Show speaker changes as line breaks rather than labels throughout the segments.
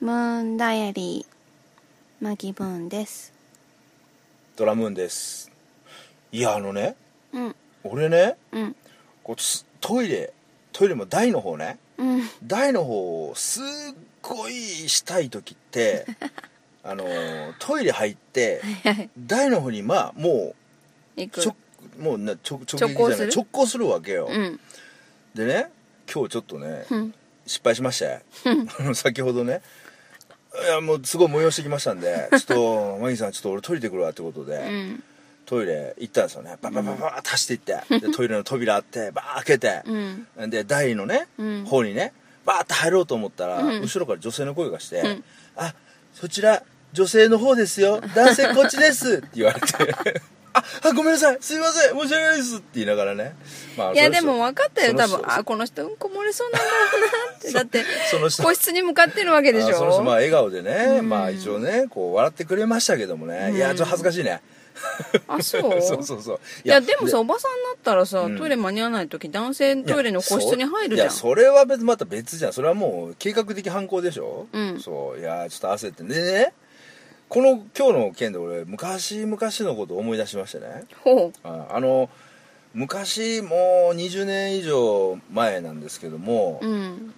ムーンダイアリーマギブーンです
ドラムーンですいやあのね
うん
俺ね
うん
こうつトイレトイレも台の方ね
うん
台の方をすっごいしたい時って あのトイレ入って
はい
台の方にまあも
行
う
く
ちょもうな直直
直
撃
行
じゃない
する
直行するわけよ、
うん
でね今日ちょっとね
うん
失敗しましてあの 先ほどねいやもうすごい催してきましたんでちょっとマギさんちょっと俺トイレ行ってくるわってことで、
うん
トイレ行ったんですよねバババババーって走って行 ってでトイレの扉あってバー開けて
うん
で台のね、
うん
方にねバーって入ろうと思ったら、
うん
後ろから女性の声がして「
うん
あそちら女性の方ですよ男性こっちです」って言わ れて「ああごめんなさいすいません申し訳ないです」って言いながらね、まあ、
いや
その
で
人
も分かったよ多
その
分
人
あこの人うんこ漏れそうなんだろうな ってだって
その人
個室に向かってるわけでし
あその人まあ
ょ
笑顔でね、
うん
まあ一応ねこう笑ってくれましたけどもね、
うん
いやちょっと恥ずかしいね
あそ
そううそうそう
いやでもさ
で
おばさんになったらさ
うん
トイレ間に合わない時男性トイレの個室に入るじゃ
い
ん
やそいやそれは別また別じゃんそれはもう計画的犯行でしょ、
うん
そういやちょっと焦ってでねこの今日の件で俺昔々のことを思い出しましてね
ほ
ああの昔もう20年以上前なんですけども、
ううん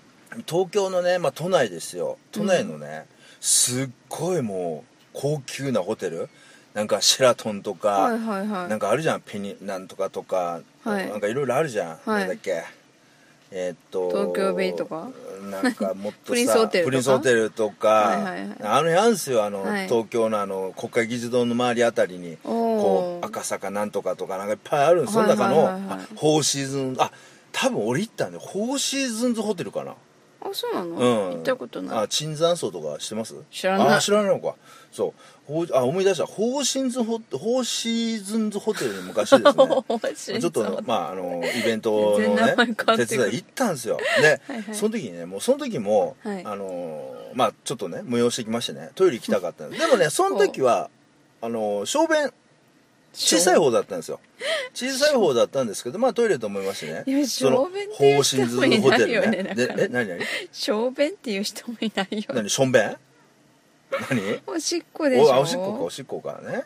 東京のね、まあ、都内ですよ都内のね、すっごいもう高級なホテルなんかシェラトンとか、
はいはいはい
なんかあるじゃんペニなんとかとか、
はい
なんかいろいろあるじゃん、
はい
なんだっけえーっと
東京ベイとか
なんかもっとさ
プリンスホテルとか
プリンスホテルとか、
はいはいはい
あの辺あるんですよあの、
はい
東京のあの国会議事堂の周りあたりに
お
こ
ー
う赤坂なんとかとかなんかいっぱいあるんです、
はいはい
そ
はい
の
はい
中のあフォーシーズンあ多分俺行ったんでフォーシーズンズホテルかな
あそうなの
うん
行ったことない
あ椿山荘とかしてます
知らない
あ知らないのかそうほうあ思い出したフォーシーズンホフォーシーズンズホテルに昔 ですねちょっとまああのイベントの
全然名
ね
前変わってく
手
る
伝い行ったんですよで
はいはい
その時にねもうその時も、
はい
あのまあちょっとね催してきましてねトイレ行きたかったんですでもねその時はあの小便小さい方だったんですよ小さい方だったんですけどまあトイレと思いましてね
いや
そ
小
の
便って
方
いう
針
人
図
もい
ホ
な
テ
いよ
ル
ね
ね
だ
で
から
え何何
小便っていう人もいないよ
何しょんべん何
おしっこでしょ
おあおしっこかおしっこかね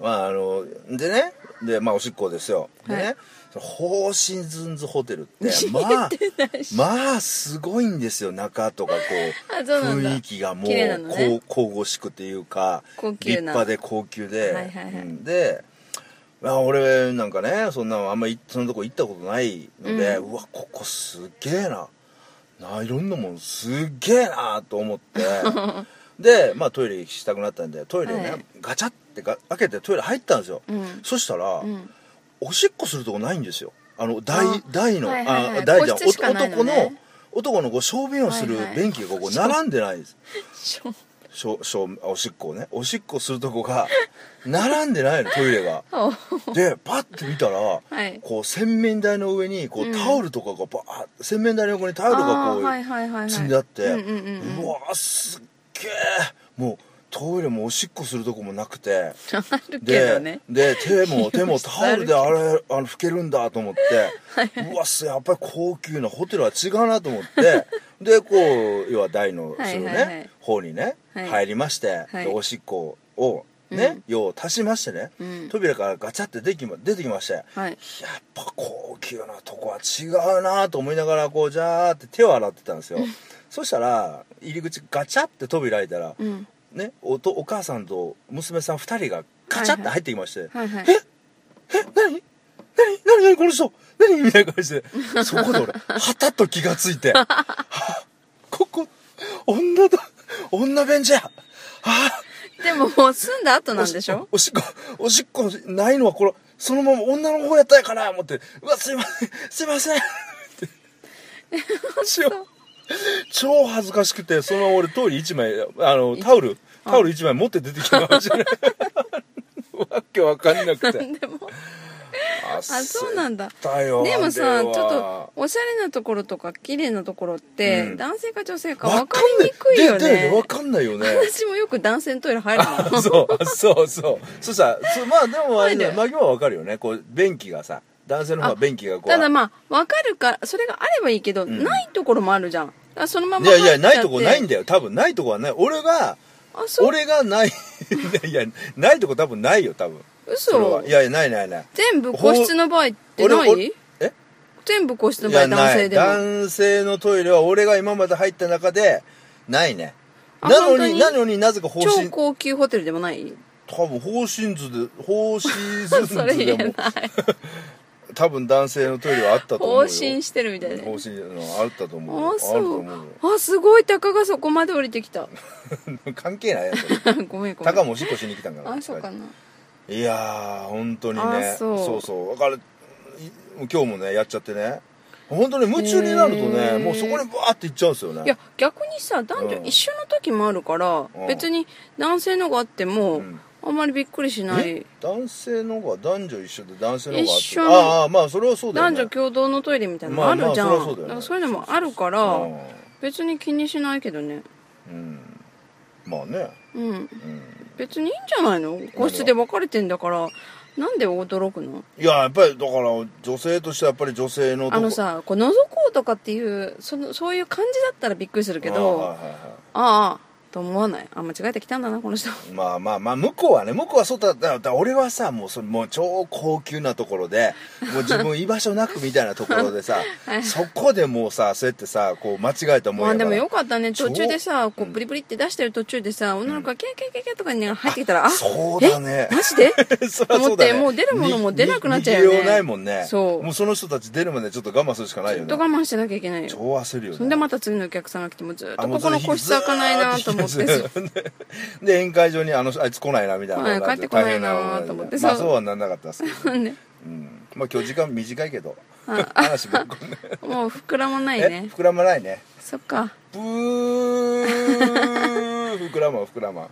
まああのでねでまあおしっこですよでね、
はい
そのフォーシーズンズホテルってまあ
ないし
まあすごいんですよ中とかこ
あ
う
そうなんだ
雰囲気がもう
綺麗なのね
こう神々しくっていうか
高
立
級な
派で高級で、
はいはいはい
うんでまあ俺なんかねそんなのあんまりそのとこ行ったことないので、う
う
わここすげえなないろんなもんすげえなと思って でまあトイレ行きたくなったんでトイレね、
はい
ガチャってが開けてトイレ入ったんですよ、
うん
そしたら、
うん
おしっこするとこないんですよあの台
あ
台の、
はいはいはい
あ台じゃん
個室しかないの
男の
ね
男のこう小便をする
はいはい
便器が ここ並んでないんです、
小
しょしょあおしっこをねおしっこするとこが 並んでないのトイレが
お
でパッて見たら、
はい
こう洗面台の上にこう、
うん
タオルとかがバーッ洗面台の横にタオルがこう、
あーはいはいはいはい
積んであって、
うんうんうんうん
わーすっげえもうトイレもおしっこするとこもなくて
あるけど
で,、
ね
で 手も手もタオルで
あ
あれあの拭けるんだと思って、うわすやっぱり高級なホテルは違うなと思ってでこう要は台の
はい
するね、
はいはい
方にね、
はい
入りまして、
はい
でおしっこをね、用を足しましてね、
うん
扉からガチャって出てきま出てきまして、
はい
やっぱ高級なとこは違うなと思いながらこうジャーって手を洗ってたんですよそしたら入り口ガチャって扉開いたら、
うん
ね、おとお母さんと娘さん2人がガチャって入ってきまして「
はいはい
ええ何何何何この人何?」みたいな感じでそこで俺はたっと気がつ いては「ここ女だ女便所や!はあ」
でももう住んだ後なんでしょ
おしっこおしっこおしっこないのはこれそのまま女の方やったんやから思って「うわすいませんすい ません」しよう超恥ずかしくてそのまま俺トイレ1枚あのタオルタオル1枚持って出てきたかもしれないわけわかんなくて
でも
あ
あそうなんだ
だよ
でもさ
あ
ち
れ
ょ
は
っとおしゃれなところとか綺麗なところって、
うん
男性か女性か
わ
分
か
か
んな
り
い
にくいよ
でで
ね
わかんないよね
私もよく男性のトイレ入るの
あ そうあそうそうそしたらそうまあでもあれだよ
入
マギはわかるよねこう便器がさ男性の方は便器がこう
ただまあ分かるかそれがあればいいけど、
ん
ないところもあるじゃんあそのま
い
ま
や
入っ
い
ちゃっ
や
て
ないとこないんだよ多分ないとこはない俺が
あそう
俺がない いやいやないとこ多分ないよ多分それ
嘘
はいやいやないないない
全部個室の場合って
俺
な
俺
い
え
全部個室の
い
場合
や
男
な
性
い
でも
男性のトイレは俺が今まで入った中でないね
あ
なの
本当
に
に
なのになぜか方針
超高級ホテルでもない
多分方針図で方針図
それ言え
で
ない
も 多分男性のトイレはあったと思う
方
よ
針してるみたいな
方針のあったと思うよ
あ
ある
そ
と
う
思う
あすごい鷹がそこまで降りてきた
よ 関係ないやつ
ごめんごめん
高もおしっこしに来たんから
あそうかない
やー本当にね
あそう
そうそうだからい今日もねやっちゃってね本当に夢中になると
へ
ね
ー
もうそこにバーって行っちゃうんですよね
いや逆にさ男女
うん
一緒の時もあるから
うん
別に男性のがあって
う
も
ん
あんまりびっくりしな
え
い
男性の方が男女一緒で男性の方があって
一緒の
ああまあそれはそうだよ
男
ね
女共同のトイレみたいな
ま
の
あ
あるじゃん
まあそりゃそうだ
だ
よね
からそういうのもあるから別に気にしないけどね
うん、うんまあね、
うん
うん、
別にいいんじゃないの個室で分かれてんだからなんで驚くの
いややっぱりだから女性としてはやっぱり女性のとこ
あのさこう覗こうとかっていうそのそういう感じだったらびっくりするけ
ああは
ど
いはいはい
ああと思わないあ間違えてきたんだなこの人
まあまあまあ向こうはね向こうはそうだだだ俺はさもうそのもう超高級なとこ ろでもう自分居場所なくみたいなところでさ、そこでもうさそうやってさこう間違えたも
ま
ん
あ
や
で
から
もよかったね途中でさこ
う
うんプリプリって出してる途中でさ女の子がキャーキャーキャーキャーとかにね入ってきたらあ
そうだね
マジで
そりゃそ
と思っ
うだね
てもう出るものも
に
出なくなっちゃうよね
逃げようないもんね
そう
もうその人たち出るまでちょっと我慢するしかない
ず
よ
っ
ね
と我慢してなきゃいけない
超
よ
焦るよね
そんでまた次のお客さんが来てもずっ
あ
と
もう
ここの個室開かないなと思っ
ずー
てず
と引きずるで宴会場にあのあいつ来ないなみたいな、
はい帰ってこないなと思って
まあ
そう
そうはなんなかったですけど、
ね
うん、まあ今日時間短いけど
あ
話ぶっこんで
もう膨らまない
え
ね
膨らまないね
そっか
ブー膨らまん膨らまん